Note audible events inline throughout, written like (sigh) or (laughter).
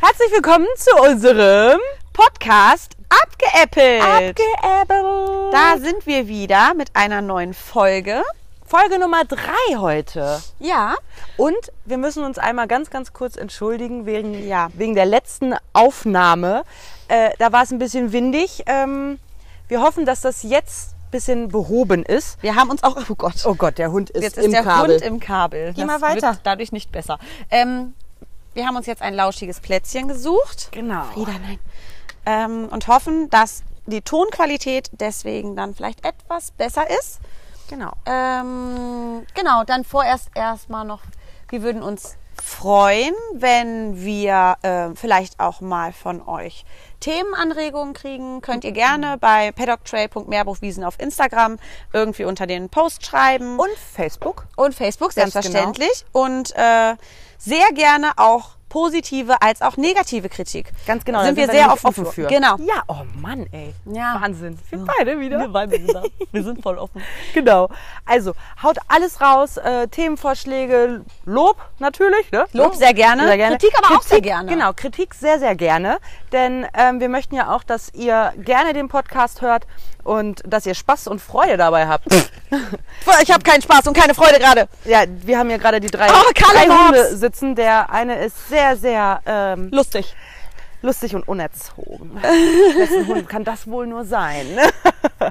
herzlich willkommen zu unserem Podcast Abgeäppelt. Abgeäbel. da sind wir wieder mit einer neuen Folge. Folge Nummer drei heute. Ja. Und wir müssen uns einmal ganz, ganz kurz entschuldigen wegen, Ja. wegen der letzten Aufnahme. Äh, da war es ein bisschen windig. Ähm, wir hoffen, dass das jetzt ein bisschen behoben ist. Wir haben uns auch. Oh Gott. Oh Gott, der Hund ist Jetzt im ist der Kabel. Hund im Kabel. Geh mal weiter. Wird dadurch nicht besser. Ähm, wir haben uns jetzt ein lauschiges Plätzchen gesucht. Genau. Frieda, nein. Ähm, und hoffen, dass die Tonqualität deswegen dann vielleicht etwas besser ist. Genau. Ähm, genau, dann vorerst erstmal noch, wir würden uns freuen, wenn wir äh, vielleicht auch mal von euch Themenanregungen kriegen. Könnt ihr gerne bei paddocktrail.meerbuchwiesen auf Instagram irgendwie unter den Post schreiben. Und Facebook. Und Facebook, Ganz selbstverständlich. Und äh, sehr gerne auch positive als auch negative Kritik. Ganz genau. Sind, da wir sehr nämlich oft offen für. Genau. Ja, oh Mann, ey. Ja. Wahnsinn. Wir beide wieder. Wir beide wieder. Wir sind voll offen. Genau. Also, haut alles raus. Äh, Themenvorschläge, Lob natürlich. Ne? Lob sehr gerne. Kritik aber auch sehr gerne. Genau, Kritik sehr, sehr gerne. Denn ähm, wir möchten ja auch, dass ihr gerne den Podcast hört und dass ihr Spaß und Freude dabei (laughs) habt. Ich habe keinen Spaß und keine Freude gerade. ja, wir haben ja gerade die drei, Oh, Kalle drei Hunde Mops. sitzen. Der eine ist sehr, sehr ähm, Lustig. lustig und (laughs) unerzogen. Wessen Hund kann das wohl nur sein? Ne?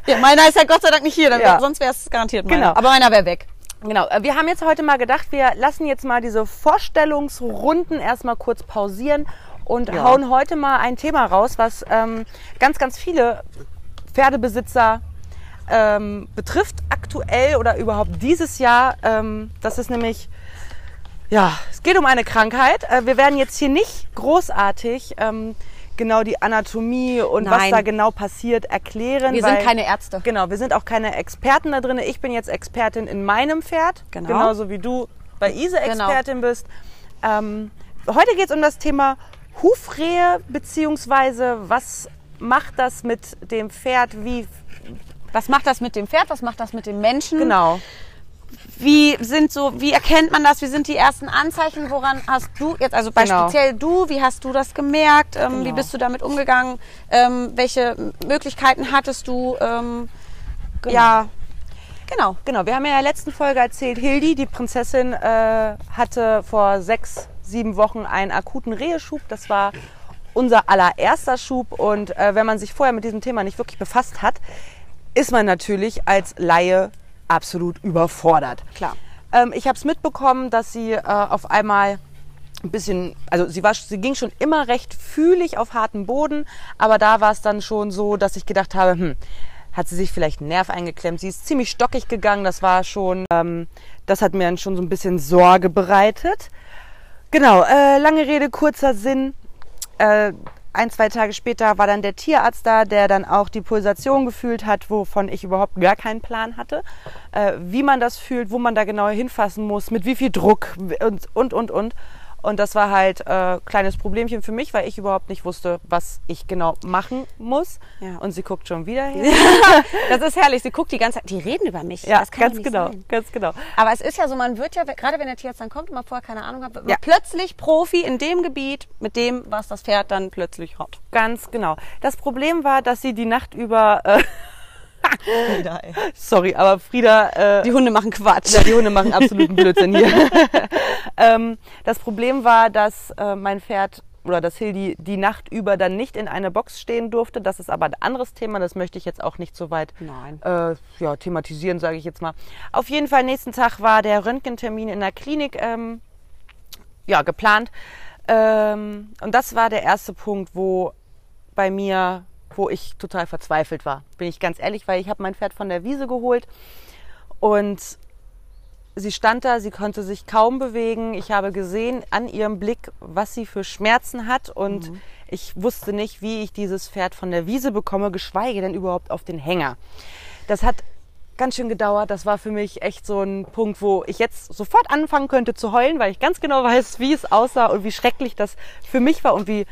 Ja, meiner ist ja Gott sei Dank nicht hier, dann Ja. wär, sonst wäre es garantiert meiner. Genau. Aber meiner wäre weg. Genau, äh, wir haben jetzt heute mal gedacht, wir lassen jetzt mal diese Vorstellungsrunden erstmal kurz pausieren und Ja. hauen heute mal ein Thema raus, was ähm, ganz, ganz viele Pferdebesitzer ähm, betrifft aktuell oder überhaupt dieses Jahr. Ähm, das ist nämlich, ja, es geht um eine Krankheit. Äh, wir werden jetzt hier nicht großartig ähm, genau die Anatomie und was Nein. da genau passiert erklären. Wir sind weil- keine Ärzte. Genau, wir sind auch keine Experten da drin. Ich bin jetzt Expertin in meinem Pferd, Genau. genauso wie du bei Ise Genau. Expertin bist. Ähm, heute geht es um das Thema Hufrehe, beziehungsweise was macht das mit dem Pferd, wie... Was macht das mit dem Pferd? Was macht das mit dem Menschen? Genau. Wie sind so, wie erkennt man das? Wie sind die ersten Anzeichen? Woran hast du jetzt, also bei Genau. speziell du, wie hast du das gemerkt? Ähm, Wie Genau. bist du damit umgegangen? Ähm, welche Möglichkeiten hattest du? Ähm, Ja, genau. Genau, wir haben ja in der letzten Folge erzählt, Hildi, die Prinzessin, äh, hatte vor sechs, sieben Wochen einen akuten Reheschub. Das war unser allererster Schub. Und äh, wenn man sich vorher mit diesem Thema nicht wirklich befasst hat, ist man natürlich als Laie absolut überfordert. Klar. Ähm, ich habe es mitbekommen, dass sie äh, auf einmal ein bisschen, also sie, war, sie ging schon immer recht fühlig auf harten Boden, aber da war es dann schon so, dass ich gedacht habe, hm, hat sie sich vielleicht einen Nerv eingeklemmt. Sie ist ziemlich stockig gegangen, das war schon, ähm, das hat mir dann schon so ein bisschen Sorge bereitet. Genau, äh, lange Rede, kurzer Sinn. Äh, ein, zwei Tage später war dann der Tierarzt da, der dann auch die Pulsation gefühlt hat, wovon ich überhaupt gar keinen Plan hatte. Äh, wie man das fühlt, wo man da genau hinfassen muss, mit wie viel Druck und, und, und, und. Und das war halt äh, kleines Problemchen für mich, weil ich überhaupt nicht wusste, was ich genau machen muss. Ja. Und sie guckt schon wieder (laughs) hin. Das ist herrlich. Sie guckt die ganze Zeit, die reden über mich. Ja, das kann ganz doch nicht genau, Sein. ganz genau. Aber es ist ja so, man wird ja, gerade wenn der Tierarzt dann kommt und man vorher keine Ahnung hat, wird man Ja. plötzlich Profi in dem Gebiet mit dem, was das Pferd dann plötzlich hat. Ganz genau. Das Problem war, dass sie die Nacht über, äh, (laughs) sorry, aber Frieda, äh, Die Hunde machen Quatsch. Ja, die Hunde machen absoluten Blödsinn hier. ähm, das Problem war, dass äh, mein Pferd oder dass Hildi die Nacht über dann nicht in einer Box stehen durfte. Das ist aber ein anderes Thema. Das möchte ich jetzt auch nicht so weit Nein. Äh, ja, thematisieren, sage ich jetzt mal. Auf jeden Fall, nächsten Tag war der Röntgentermin in der Klinik ähm, ja, geplant. Ähm, und das war der erste Punkt, wo bei mir, wo ich total verzweifelt war. Bin ich ganz ehrlich, weil ich habe mein Pferd von der Wiese geholt und sie stand da, sie konnte sich kaum bewegen. Ich habe gesehen an ihrem Blick, was sie für Schmerzen hat und Mhm. ich wusste nicht, wie ich dieses Pferd von der Wiese bekomme, geschweige denn überhaupt auf den Hänger. Das hat ganz schön gedauert. Das war für mich echt so ein Punkt, wo ich jetzt sofort anfangen könnte zu heulen, weil ich ganz genau weiß, wie es aussah und wie schrecklich das für mich war und wie, wie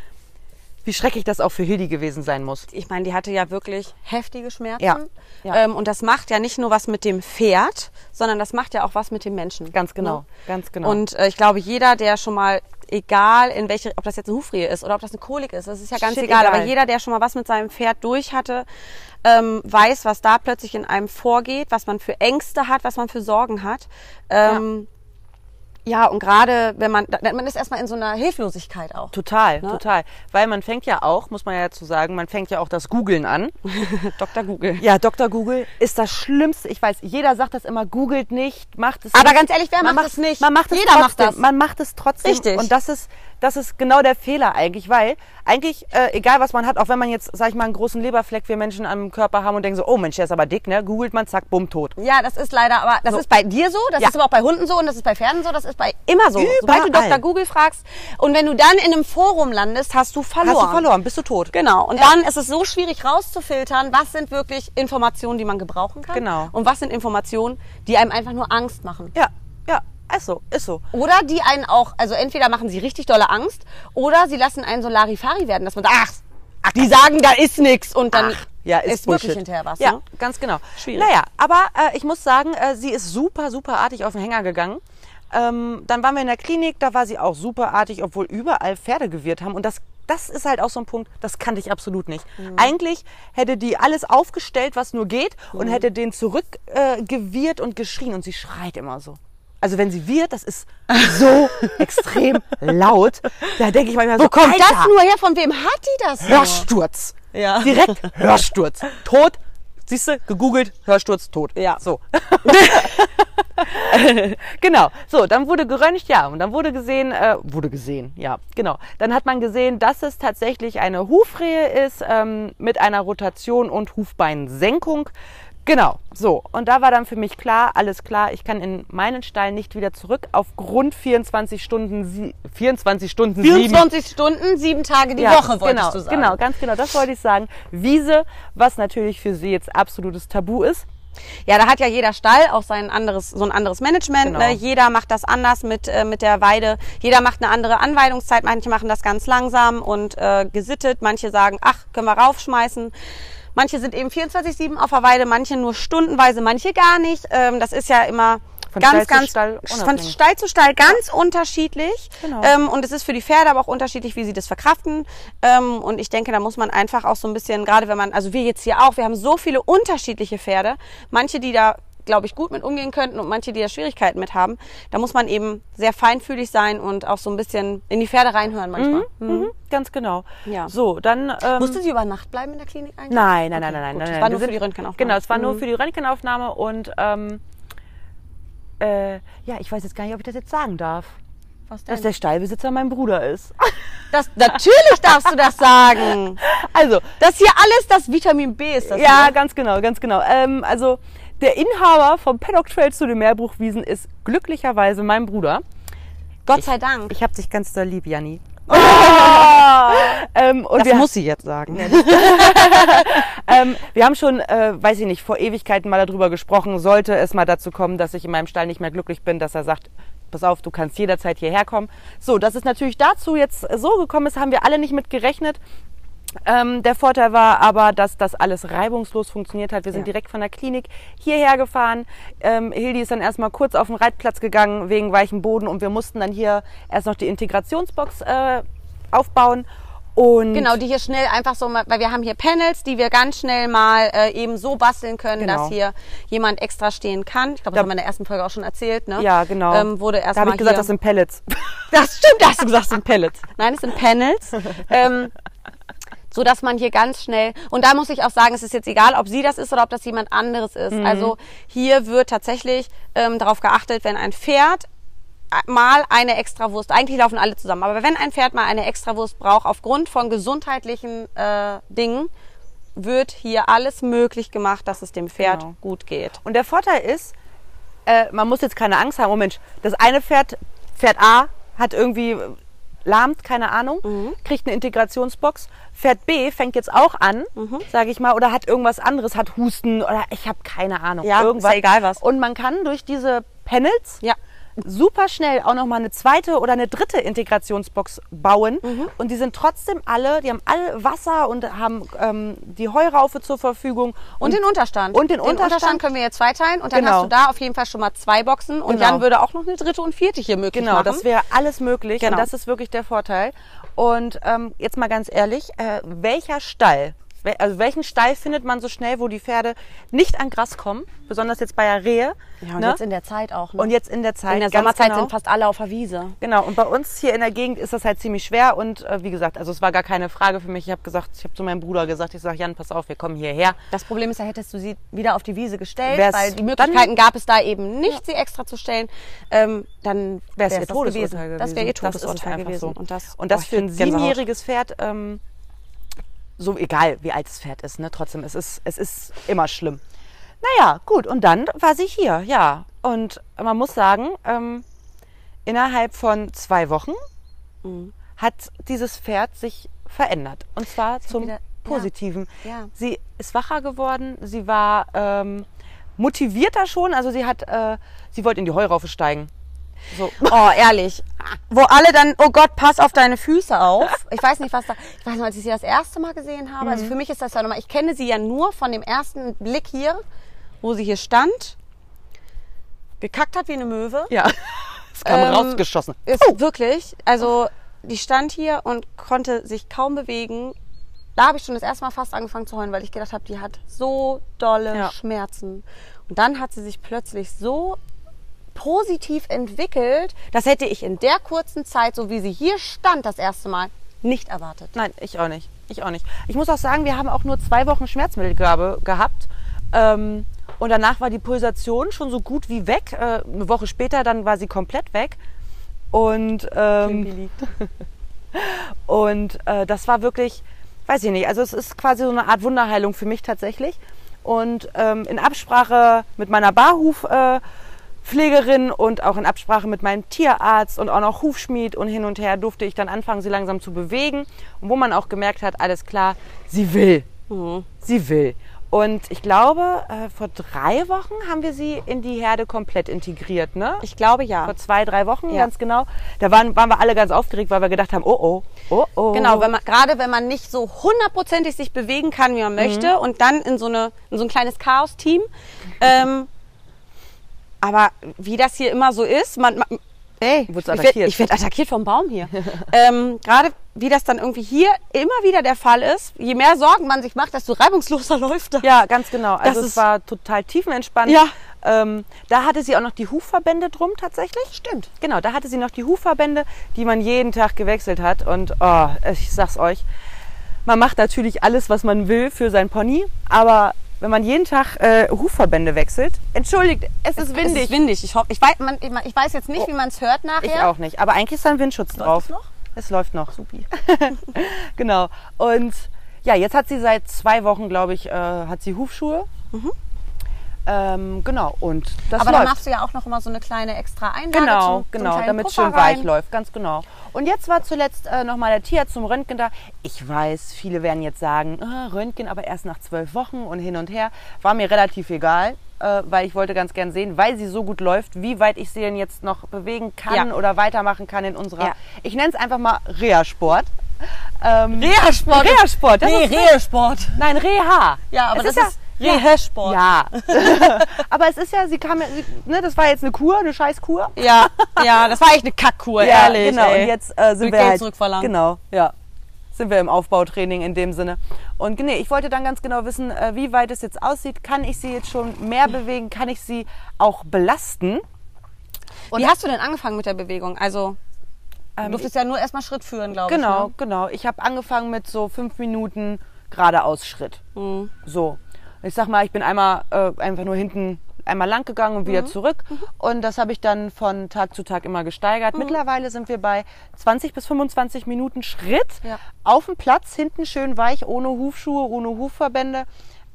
wie schrecklich das auch für Hildi gewesen sein muss. ich meine, die hatte ja wirklich heftige Schmerzen. Ja. Ja. Ähm, und das macht ja nicht nur was mit dem Pferd, sondern das macht ja auch was mit dem Menschen. Ganz genau, Ne? ganz genau. Und äh, ich glaube, jeder, der schon mal, egal in welche, ob das jetzt ein Hufrie ist oder ob das eine Kolik ist, das ist ja ganz Shit, egal, egal. aber jeder, der schon mal was mit seinem Pferd durch hatte, ähm, weiß, was da plötzlich in einem vorgeht, was man für Ängste hat, was man für Sorgen hat. Ähm, ja. und gerade wenn man, da- man ist erstmal in so einer Hilflosigkeit (laughs) auch. Total, Ne? total. Weil man fängt ja auch, muss man ja dazu sagen, man fängt ja auch das Googlen an. Dr. Google. Ja, Dr. Google ist das Schlimmste. Ich weiß, jeder sagt das immer, googelt nicht, macht es Aber nicht. ganz ehrlich, wer macht es nicht? Man macht es Jeder macht trotzdem. das. Man macht es trotzdem. Richtig. Und das ist, das ist genau der Fehler eigentlich, weil eigentlich, äh, egal was man hat, auch wenn man jetzt, sag ich mal, einen großen Leberfleck wir Menschen am Körper haben und denken so, oh Mensch, der ist aber dick, ne? Googelt man, zack, bumm, tot. Ja, das ist leider, aber das ist bei dir so, das Ja. ist aber auch bei Hunden so und das ist bei Pferden so, das ist bei immer so. Sobald du Überall. Dr. Google fragst und wenn du dann in einem Forum landest, hast du verloren. Hast du verloren, bist du tot. Genau. Und dann ist es so schwierig rauszufiltern, was sind wirklich Informationen, die man gebrauchen kann. Genau. Und was sind Informationen, die einem einfach nur Angst machen. Ja, ja, ist so, ist so. Oder die einen auch, also entweder machen sie richtig dolle Angst oder sie lassen einen so Larifari werden, dass man sagt, ach, ach die sagen, da ist nichts und dann Ja, ist, wirklich Bullshit. hinterher was. Ja, Ne? ganz genau. Schwierig. Naja, aber äh, ich muss sagen, äh, sie ist super, superartig auf den Hänger gegangen. Ähm, dann waren wir in der Klinik, da war sie auch superartig, obwohl überall Pferde gewirrt haben. Und das, das ist halt auch so ein Punkt, das kannte ich absolut nicht. Mhm. Eigentlich hätte die alles aufgestellt, was nur geht, und Mhm. hätte den zurückgewirrt äh, gewirrt und geschrien. Und sie schreit immer so. Also wenn sie wird, das ist (laughs) so extrem laut. Da denke ich manchmal so, Wo kommt Alter, das nur her? Von wem hat die das? nur? Hörsturz. Ja. Direkt Hörsturz. Tot. Siehst du, gegoogelt, Hörsturz, tot. Ja. So. (laughs) genau. So, dann wurde geröntgt, ja. Und dann wurde gesehen, äh, wurde gesehen, ja, genau. Dann hat man gesehen, dass es tatsächlich eine Hufrehe ist ähm, mit einer Rotation und Hufbeinsenkung. Genau, so. Und da war dann für mich klar, alles klar, ich kann in meinen Stall nicht wieder zurück aufgrund 24 Stunden, sie- 24 Stunden, sieben- 24 Stunden, sieben Tage die ja, Woche, wolltest genau, du sagen. Genau, ganz genau, das wollte ich sagen. Wiese, was natürlich für sie jetzt absolutes Tabu ist. Ja, da hat ja jeder Stall auch sein anderes, so ein anderes Management. Genau. Ne? Jeder macht das anders mit, äh, mit der Weide. Jeder macht eine andere Anweidungszeit. Manche machen das ganz langsam und äh, gesittet. Manche sagen, ach, können wir raufschmeißen. Manche sind eben 24-7 auf der Weide, manche nur stundenweise, manche gar nicht. Ähm, das ist ja immer Von Stall ganz, zu ganz, Stall von unabhängig. Stall zu Stall ganz unterschiedlich. Genau. Ähm, und es ist für die Pferde aber auch unterschiedlich, wie sie das verkraften. Ähm, und ich denke, da muss man einfach auch so ein bisschen, gerade wenn man, also wir jetzt hier auch, wir haben so viele unterschiedliche Pferde. Manche, die da, glaube ich, gut mit umgehen könnten und manche, die da Schwierigkeiten mit haben. Da muss man eben sehr feinfühlig sein und auch so ein bisschen in die Pferde reinhören manchmal. Mhm, ganz genau. Ja. So, dann. Ähm, Musste sie über Nacht bleiben in der Klinik eigentlich? Nein, nein, nein, Okay, nein, nein, gut. nein. Es war Wir nur für sind- die Röntgenaufnahme. Mhm. Genau, es war nur für die Röntgenaufnahme und ähm, äh, ja, ich weiß jetzt gar nicht, ob ich das jetzt sagen darf. Was denn? Dass der Stallbesitzer mein Bruder ist. (laughs) Das, natürlich darfst du das sagen. Also, (laughs) Das hier alles, das Vitamin B ist das. ja, ne? ganz genau, ganz genau. Ähm, also, der Inhaber vom Paddock Trail zu den Meerbruchwiesen ist glücklicherweise mein Bruder. Gott sei Dank. Ich hab dich ganz doll lieb, Janni. Oh! (laughs) ähm, und wir, sie jetzt sagen. ähm, wir haben schon, äh, weiß ich nicht, vor Ewigkeiten mal darüber gesprochen, sollte es mal dazu kommen, dass ich in meinem Stall nicht mehr glücklich bin, dass er sagt, pass auf, du kannst jederzeit hierher kommen. So, dass es natürlich dazu jetzt so gekommen ist, haben wir alle nicht mit gerechnet. Ähm, der Vorteil war aber, dass das alles reibungslos funktioniert hat. Wir sind Ja. direkt von der Klinik hierher gefahren. Ähm, Hildi ist dann erstmal kurz auf den Reitplatz gegangen wegen weichem Boden und wir mussten dann hier erst noch die Integrationsbox äh, aufbauen. Und Genau, die hier schnell einfach so mal, weil wir haben hier Panels, die wir ganz schnell mal äh, eben so basteln können, Genau. dass hier jemand extra stehen kann. Ich glaube, das haben wir in der ersten Folge auch schon erzählt, ne? Ja, genau. Ähm, wurde da erstmal habe ich gesagt, hier, das sind Pellets. (laughs) das stimmt, das hast du gesagt. das sind Pellets. Nein, es sind Panels. ähm, so dass man hier ganz schnell und da muss ich auch sagen, es ist jetzt egal, ob sie das ist oder ob das jemand anderes ist. Also hier wird tatsächlich ähm, darauf geachtet, wenn ein Pferd mal eine Extrawurst, eigentlich laufen alle zusammen, aber wenn ein Pferd mal eine Extrawurst braucht aufgrund von gesundheitlichen äh, Dingen, wird hier alles möglich gemacht, dass es dem Pferd Genau. gut geht. Und der Vorteil ist, äh, man muss jetzt keine Angst haben. Oh Mensch, das eine Pferd, Pferd A, hat irgendwie äh, lahmt, keine Ahnung, Mhm. kriegt eine Integrationsbox. Pferd B fängt jetzt auch an, Mhm. sage ich mal, oder hat irgendwas anderes, hat Husten oder ich habe keine Ahnung. Ja, ist ja irgendwas. egal was. Und man kann durch diese Panels Ja. super schnell auch nochmal eine zweite oder eine dritte Integrationsbox bauen. Mhm. Und die sind trotzdem alle, die haben alle Wasser und haben ähm, die Heuraufe zur Verfügung. Und den Unterstand. Und den Unterstand. können wir jetzt zweiteilen und dann Genau. hast du da auf jeden Fall schon mal zwei Boxen und Genau. Jan würde auch noch eine dritte und vierte hier möglich Genau, machen. das wäre alles möglich Genau. und das ist wirklich der Vorteil. Und ähm, jetzt mal ganz ehrlich, äh, welcher Stall, wel, also welchen Stall findet man so schnell, wo die Pferde nicht an Gras kommen, besonders jetzt bei der Rehe? ja, und ne? jetzt in der Zeit auch. Ne? und jetzt in der Zeit. in der ganz Sommerzeit genau. sind fast alle auf der Wiese. Genau, und bei uns hier in der Gegend ist das halt ziemlich schwer und äh, wie gesagt, also es war gar keine Frage für mich. Ich habe gesagt, ich habe zu meinem Bruder gesagt, ich sage, Jan, pass auf, wir kommen hierher. Das Problem ist, da hättest du sie wieder auf die Wiese gestellt, Wär's weil die dann- Möglichkeiten gab es da eben nicht, sie extra zu stellen. Ähm, dann Wär's wär's das gewesen. Das wäre ihr Das ist es Todesurteil einfach gewesen. So. Und das, und das boah, ich für ein krieg Gänsehaut. siebenjähriges Pferd, ähm, so egal wie alt das Pferd ist, ne? trotzdem, es ist, es ist immer schlimm. Naja, gut, und dann war sie hier, ja. Und man muss sagen, ähm, innerhalb von zwei Wochen Mhm. hat dieses Pferd sich verändert. Und zwar zum wieder- ja. Positiven. Ja. Sie ist wacher geworden, sie war ähm, motivierter schon, also sie hat, äh, sie wollte in die Heuraufe steigen. So. Oh, ehrlich. Wo alle dann, oh Gott, pass auf deine Füße auf. Ich weiß nicht, was da, ich weiß noch, als ich sie das erste Mal gesehen habe. Mhm. Also für mich ist das ja nochmal, ich kenne sie ja nur von dem ersten Blick hier, wo sie hier stand, gekackt hat wie eine Möwe. Ja. (laughs) Oh. Es kam Ähm, rausgeschossen. Ist wirklich, also die stand hier und konnte sich kaum bewegen. Da habe ich schon das erste Mal fast angefangen zu heulen, weil ich gedacht habe, die hat so dolle Ja. Schmerzen. Und dann hat sie sich plötzlich so positiv entwickelt, das hätte ich in der kurzen Zeit, so wie sie hier stand das erste Mal, nicht erwartet. Nein, ich auch nicht. Ich auch nicht. Ich muss auch sagen, wir haben auch nur zwei Wochen Schmerzmittelgabe gehabt. Ähm, und danach war die Pulsation schon so gut wie weg. Äh, eine Woche später, dann war sie komplett weg. Und, ähm, und äh, das war wirklich, weiß ich nicht, also es ist quasi so eine Art Wunderheilung für mich tatsächlich. Und ähm, in Absprache mit meiner Barhufpflegerin äh, Pflegerin und auch in Absprache mit meinem Tierarzt und auch noch Hufschmied und hin und her durfte ich dann anfangen, sie langsam zu bewegen. Und wo man auch gemerkt hat, alles klar, sie will. Sie will. Und ich glaube, äh, vor drei Wochen haben wir sie in die Herde komplett integriert, ne? Ich glaube ja. vor zwei, drei Wochen, Ja. ganz genau. Da waren, waren wir alle ganz aufgeregt, weil wir gedacht haben, oh oh, oh oh. Genau, wenn man, gerade wenn man nicht so hundertprozentig sich bewegen kann, Mhm. wie man möchte, und dann in so, eine, in so ein kleines Chaos-Team. Ähm, aber wie das hier immer so ist, man. man ey, ich Wurdest werde attackiert. ich werd attackiert vom Baum hier. (laughs) ähm, gerade wie das dann irgendwie hier immer wieder der Fall ist, je mehr Sorgen man sich macht, desto reibungsloser (laughs) läuft das. ja, ganz genau. Also Das es ist- war total tiefenentspannt. Ja. Ähm, da hatte sie auch noch die Hufverbände drum tatsächlich. Stimmt. Genau, da hatte sie noch die Hufverbände, die man jeden Tag gewechselt hat. Und oh, ich sag's euch, man macht natürlich alles, was man will für sein Pony, aber wenn man jeden Tag äh, Hufverbände wechselt, entschuldigt, es, ist windig. Oh. Es ist windig. Ich, hoff, ich, weiß, man, ich weiß jetzt nicht, wie man es hört nachher. Ich auch nicht. Aber eigentlich ist da ein Windschutz drauf. es noch? Es läuft noch. Supi. (laughs) genau. Und ja, jetzt hat sie seit zwei Wochen, glaube ich, äh, hat sie Hufschuhe. Ähm, genau. Und das Mhm. Aber dann läuft. machst du ja auch noch immer so eine kleine extra Einlage Genau, zum, zum genau, kleinen damit es Puffer schön weich rein. läuft, ganz genau. Und jetzt war zuletzt äh, nochmal der Tierarzt zum Röntgen da. Ich weiß, viele werden jetzt sagen, ah, Röntgen aber erst nach zwölf Wochen und hin und her. War mir relativ egal, äh, weil ich wollte ganz gern sehen, weil sie so gut läuft, wie weit ich sie denn jetzt noch bewegen kann Ja. oder weitermachen kann in unserer, Ja. ich nenne es einfach mal Reha-Sport. Ähm, Reha-Sport. Reha-Sport, das Nee, ist- Rehe-Sport. Nein, Reha. Ja, aber Es das ist, ja- Rehe-Sport. Ja, (laughs) aber es ist ja, sie kam ja, sie, ne, das war jetzt eine Kur, eine Scheißkur. Ja, (laughs) ja, das war echt eine Kackkur, Ja, ehrlich. Genau, ey. und jetzt äh, sind Mit wir Geld halt, zurückverlangen. Genau, ja. Sind wir im Aufbautraining in dem Sinne. Und nee, ich wollte dann ganz genau wissen, äh, wie weit es jetzt aussieht. Kann ich sie jetzt schon mehr bewegen? Kann ich sie auch belasten? Wie hast du denn angefangen mit der Bewegung? Also, Ähm, du durftest ja nur erstmal Schritt führen, glaube Genau, ich. ne? genau. Ich habe angefangen mit so fünf Minuten geradeaus Schritt. Mhm. So. Ich sag mal, ich bin einmal äh, einfach nur hinten einmal lang gegangen und Mhm. wieder zurück. Und das habe ich dann von Tag zu Tag immer gesteigert. Mhm. Mittlerweile sind wir bei 20 bis 25 Minuten Schritt Ja. auf dem Platz, hinten schön weich, ohne Hufschuhe, ohne Hufverbände.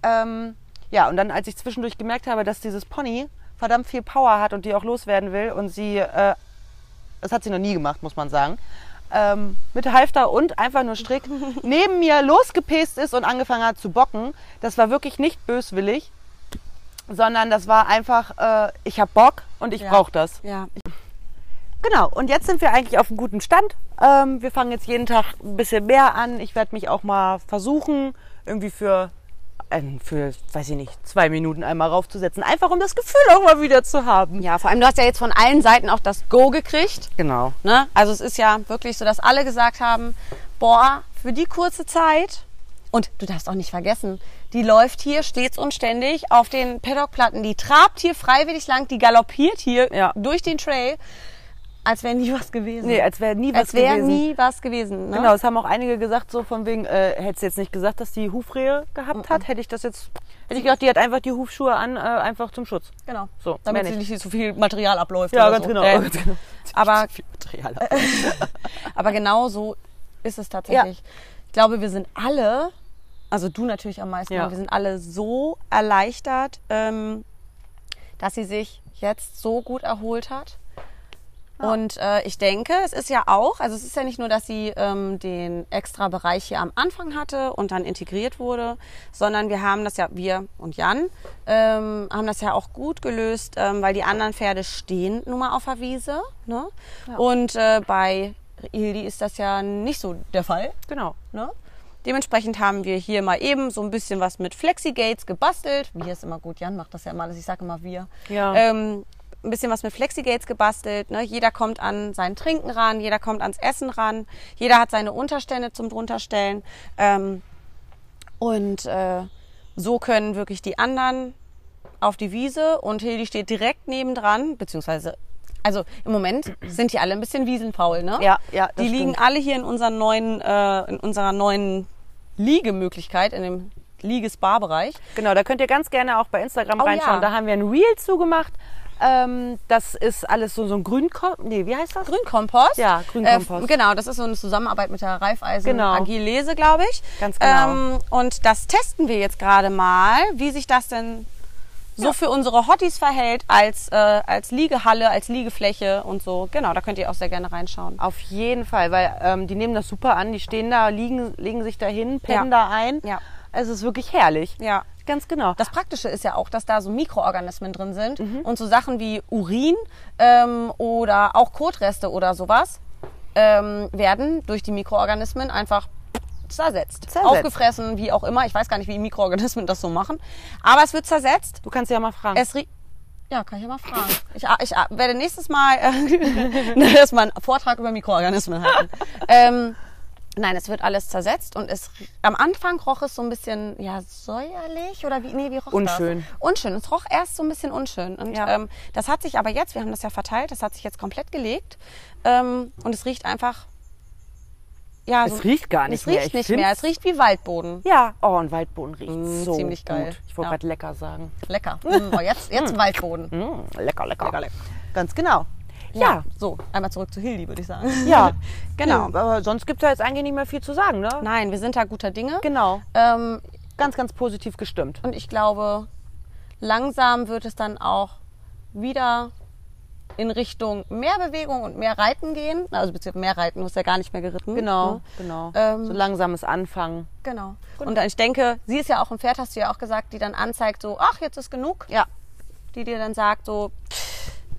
Ähm, ja, und dann, als ich zwischendurch gemerkt habe, dass dieses Pony verdammt viel Power hat und die auch loswerden will und sie äh, das hat sie noch nie gemacht, muss man sagen, ähm, mit Halfter und einfach nur Strick (laughs) neben mir losgepäst ist und angefangen hat zu bocken. Das war wirklich nicht böswillig, sondern das war einfach, äh, ich hab Bock und ich Ja. brauch das. Ja. Genau, und jetzt sind wir eigentlich auf einem guten Stand. Ähm, wir fangen jetzt jeden Tag ein bisschen mehr an. Ich werde mich auch mal versuchen, irgendwie für, ähm, für, weiß ich nicht, zwei Minuten einmal raufzusetzen. Einfach um das Gefühl auch mal wieder zu haben. Ja, vor allem, du hast ja jetzt von allen Seiten auch das Go gekriegt. Genau. Ne? Also es ist ja wirklich so, dass alle gesagt haben, boah, für die kurze Zeit. Und du darfst auch nicht vergessen, die läuft hier stets und ständig auf den Paddockplatten. Die trabt hier freiwillig lang, die galoppiert hier Ja. durch den Trail, als wäre nie was gewesen. Nee, als wäre nie was als wäre gewesen. nie was gewesen. Ne? Genau, es haben auch einige gesagt, so von wegen, äh, hättest du jetzt nicht gesagt, dass die Hufrehe gehabt hat, hätte ich das jetzt, hätte ich gedacht, die hat einfach die Hufschuhe an, äh, einfach zum Schutz. genau. So, Damit mehr sie nicht. nicht so viel Material abläuft. Ja, oder ganz so. genau. Äh, (laughs) ganz genau. aber, Viel Material. aber genau so ist es tatsächlich. Ich glaube, wir sind alle, also du natürlich am meisten, Ja. aber wir sind alle so erleichtert, ähm, dass sie sich jetzt so gut erholt hat. Und äh, ich denke, es ist ja auch, also es ist ja nicht nur, dass sie ähm, den extra Bereich hier am Anfang hatte und dann integriert wurde, sondern wir haben das ja, wir und Jan, ähm, haben das ja auch gut gelöst, ähm, weil die anderen Pferde stehen nun mal auf der Wiese. Ne? Und äh, bei Ildi ist das ja nicht so der Fall. (laughs) Genau. Ne? Dementsprechend haben wir hier mal eben so ein bisschen was mit Flexigates gebastelt. Wir ist immer gut, Jan macht das ja immer alles, ich sage immer wir. Ja. Ähm, ein bisschen was mit Flexigates gebastelt. Ne? Jeder kommt an sein Trinken ran, jeder kommt ans Essen ran, jeder hat seine Unterstände zum drunterstellen. Ähm, und äh, so können wirklich die anderen auf die Wiese und Hildi steht direkt nebendran, beziehungsweise, also im Moment sind die alle ein bisschen wiesenfaul, ne? Ja, ja, das Die liegen stimmt. alle hier in, unseren neuen, äh, in unserer neuen Liegemöglichkeit, in dem Liegespa-Bereich. Genau, da könnt ihr ganz gerne auch bei Instagram Oh, reinschauen. ja. Da haben wir ein Reel zugemacht. Ähm, das ist alles so, so ein Grünkorb. Nee, wie heißt das? Grünkompost. Ja, Grünkompost. Äh, genau, das ist so eine Zusammenarbeit mit der Raiffeisen Genau. AG Lese, glaube ich. Ganz genau. Ähm, und das testen wir jetzt gerade mal, wie sich das denn so für unsere Hotties verhält als, äh, als Liegehalle, als Liegefläche und so. Genau, da könnt ihr auch sehr gerne reinschauen. Auf jeden Fall, weil ähm, die nehmen das super an. Die stehen da, liegen, legen sich da hin, pennen Ja. da ein. Ja. Es ist wirklich herrlich. Ja. Ganz genau. Das Praktische ist ja auch, dass da so Mikroorganismen drin sind und so Sachen wie Urin ähm, oder auch Kotreste oder sowas ähm, werden durch die Mikroorganismen einfach zersetzt. Zersetzt. Aufgefressen, wie auch immer. Ich weiß gar nicht, wie Mikroorganismen das so machen. Aber es wird zersetzt. du kannst ja mal fragen. Es riecht. Ja, kann ich ja mal fragen. Ich, ich werde nächstes Mal äh, (laughs) erstmal einen Vortrag über Mikroorganismen halten. ähm, nein, es wird alles zersetzt und es am Anfang roch es so ein bisschen ja säuerlich oder wie nee, wie roch Unschön. das? Unschön. Es roch erst so ein bisschen unschön und Ja. ähm, das hat sich aber jetzt, wir haben das ja verteilt, das hat sich jetzt komplett gelegt ähm, und es riecht einfach ja Es riecht gar nicht es mehr. riecht Ich nicht find's- mehr. Es riecht wie Waldboden. ja. Oh, ein Waldboden riecht Mm, so ziemlich geil. gut. Ich wollte Ja. gerade lecker sagen. (laughs) Lecker. Mm, oh, jetzt jetzt Waldboden. Mm, lecker, lecker. Lecker, lecker. Ganz genau. Ja. Ja. So, einmal zurück zu Hildi, würde ich sagen. (laughs) Ja. genau. Ja, aber sonst gibt es ja jetzt eigentlich nicht mehr viel zu sagen, ne? Nein, wir sind da guter Dinge. Genau. Ähm, Ganz, ganz positiv gestimmt. und ich glaube, langsam wird es dann auch wieder in Richtung mehr Bewegung und mehr Reiten gehen. Also beziehungsweise mehr Reiten, du hast ja gar nicht mehr geritten. Genau, ne? genau. Ähm, so langsames Anfangen. Genau. Und dann, ich denke, sie ist ja auch ein Pferd, hast du ja auch gesagt, die dann anzeigt so, ach, jetzt ist genug. Ja. Die dir dann sagt so,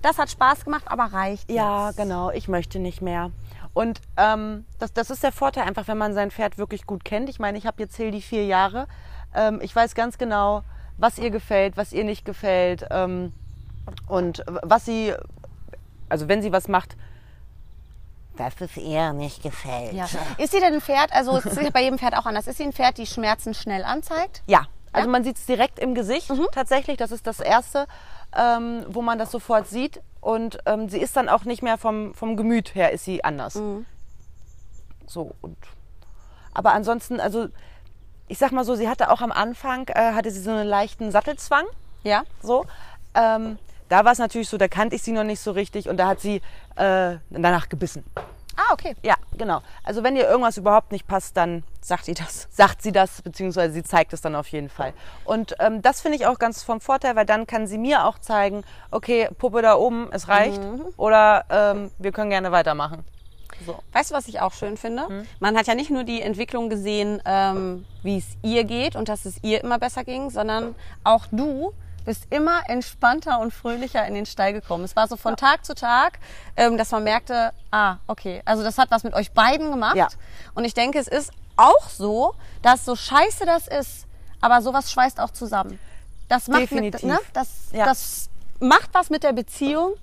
das hat Spaß gemacht, aber reicht Ja, jetzt. genau. Ich möchte nicht mehr. Und ähm, das, das ist der Vorteil einfach, wenn man sein Pferd wirklich gut kennt. Ich meine, ich habe jetzt Hildi vier Jahre. Ähm, ich weiß ganz genau, was ihr gefällt, was ihr nicht gefällt. Ähm, und was sie, also wenn sie was macht, dass es ihr nicht gefällt. Ja. Ist sie denn ein Pferd, also es ist ja bei jedem Pferd auch anders, ist sie ein Pferd, die Schmerzen schnell anzeigt? ja. Also man sieht es direkt im Gesicht tatsächlich. Das ist das Erste, ähm, wo man das sofort sieht. Und ähm, sie ist dann auch nicht mehr vom, vom Gemüt her, ist sie anders. So und aber ansonsten, also ich sag mal so, sie hatte auch am Anfang äh, hatte sie so einen leichten Sattelzwang, Ja. so. Ähm, da war es natürlich so, da kannte ich sie noch nicht so richtig und da hat sie äh, danach gebissen. Ah, okay. Ja, genau. Also wenn ihr irgendwas überhaupt nicht passt, dann Sagt ihr das? (laughs) sagt sie das, beziehungsweise sie zeigt es dann auf jeden Fall. Und ähm, das finde ich auch ganz vom Vorteil, weil dann kann sie mir auch zeigen, okay, Puppe da oben, es reicht. Oder ähm, wir können gerne weitermachen. So. Weißt du, was ich auch schön finde? Man hat ja nicht nur die Entwicklung gesehen, ähm, wie es ihr geht und dass es ihr immer besser ging, sondern auch du bist immer entspannter und fröhlicher in den Stall gekommen. Es war so von Tag zu Tag, ähm, dass man merkte, ah, okay, also das hat was mit euch beiden gemacht. Ja. Und ich denke, es ist auch so, dass so scheiße das ist, aber sowas schweißt auch zusammen. Das macht Definitiv. Mit, ne? das, Ja. das macht was mit der Beziehung.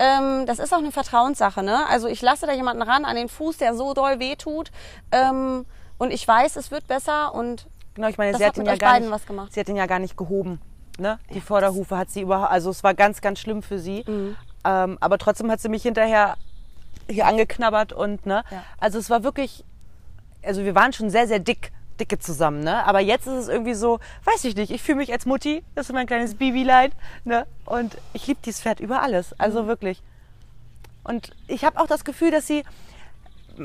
Ähm, das ist auch eine Vertrauenssache. Ne? Also ich lasse da jemanden ran an den Fuß, der so doll wehtut. Ähm, und ich weiß, es wird besser und Genau, ich meine, Das sie hat hat, ihn mit ja euch gar beiden nicht, was gemacht. sie hat ihn ja gar nicht gehoben. Ne? Die Vorderhufe hat sie überhaupt, also es war ganz, ganz schlimm für sie. Ähm, aber trotzdem hat sie mich hinterher hier angeknabbert und ne, Ja. also es war wirklich, also wir waren schon sehr, sehr dick, dicke zusammen, ne. Aber jetzt ist es irgendwie so, weiß ich nicht, ich fühle mich als Mutti, das ist mein kleines Babylein, ne. Und ich liebe dieses Pferd über alles, also Mhm. wirklich. Und ich habe auch das Gefühl, dass sie,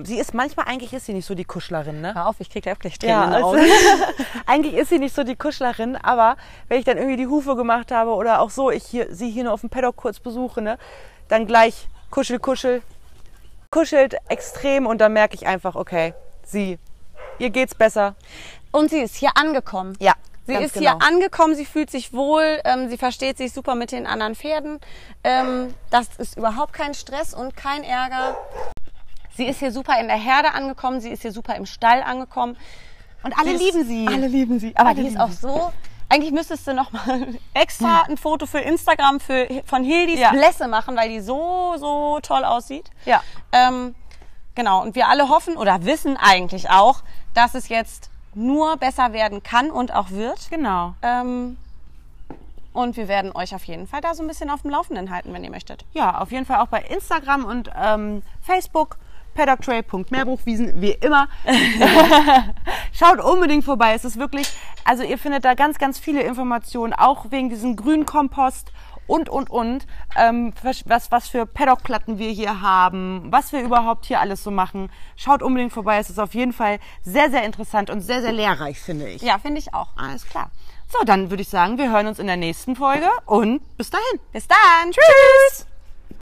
sie ist manchmal eigentlich ist sie nicht so die Kuschlerin, ne. Hör auf, ich krieg da wirklich Tränen Ja, in den also, Augen. (laughs) eigentlich ist sie nicht so die Kuschlerin, aber wenn ich dann irgendwie die Hufe gemacht habe oder auch so, ich hier, sie hier nur auf dem Paddock kurz besuche, ne, dann gleich kuschel, kuschel, kuschelt extrem und dann merke ich einfach, okay, sie, ihr geht's besser. Und sie ist hier angekommen. Ja, Sie ganz ist genau. hier angekommen, sie fühlt sich wohl, ähm, sie versteht sich super mit den anderen Pferden. Ähm, das ist überhaupt kein Stress und kein Ärger. Sie ist hier super in der Herde angekommen, sie ist hier super im Stall angekommen. Und alle lieben sie. Alle lieben sie. Aber die ist auch so. Eigentlich müsstest du noch mal (laughs) extra ein Foto für Instagram für, von Hildis Ja. Blässe machen, weil die so, so toll aussieht. Ja. Ähm, genau. Und wir alle hoffen oder wissen eigentlich auch, dass es jetzt nur besser werden kann und auch wird. Genau. Ähm, und wir werden euch auf jeden Fall da so ein bisschen auf dem Laufenden halten, wenn ihr möchtet. Ja, auf jeden Fall auch bei Instagram und ähm, Facebook. Paddocktrail.meerbruchwiesen, wie (laughs) immer. Schaut unbedingt vorbei. Es ist wirklich, also ihr findet da ganz, ganz viele Informationen, auch wegen diesem Grünkompost und, und, und, ähm, was- was, was für Paddockplatten wir hier haben, was wir überhaupt hier alles so machen. Schaut unbedingt vorbei. Es ist auf jeden Fall sehr, sehr interessant und sehr, sehr lehrreich, finde ich. Ja, finde ich auch. Alles klar. So, dann würde ich sagen, wir hören uns in der nächsten Folge und bis dahin. Bis dann. Tschüss.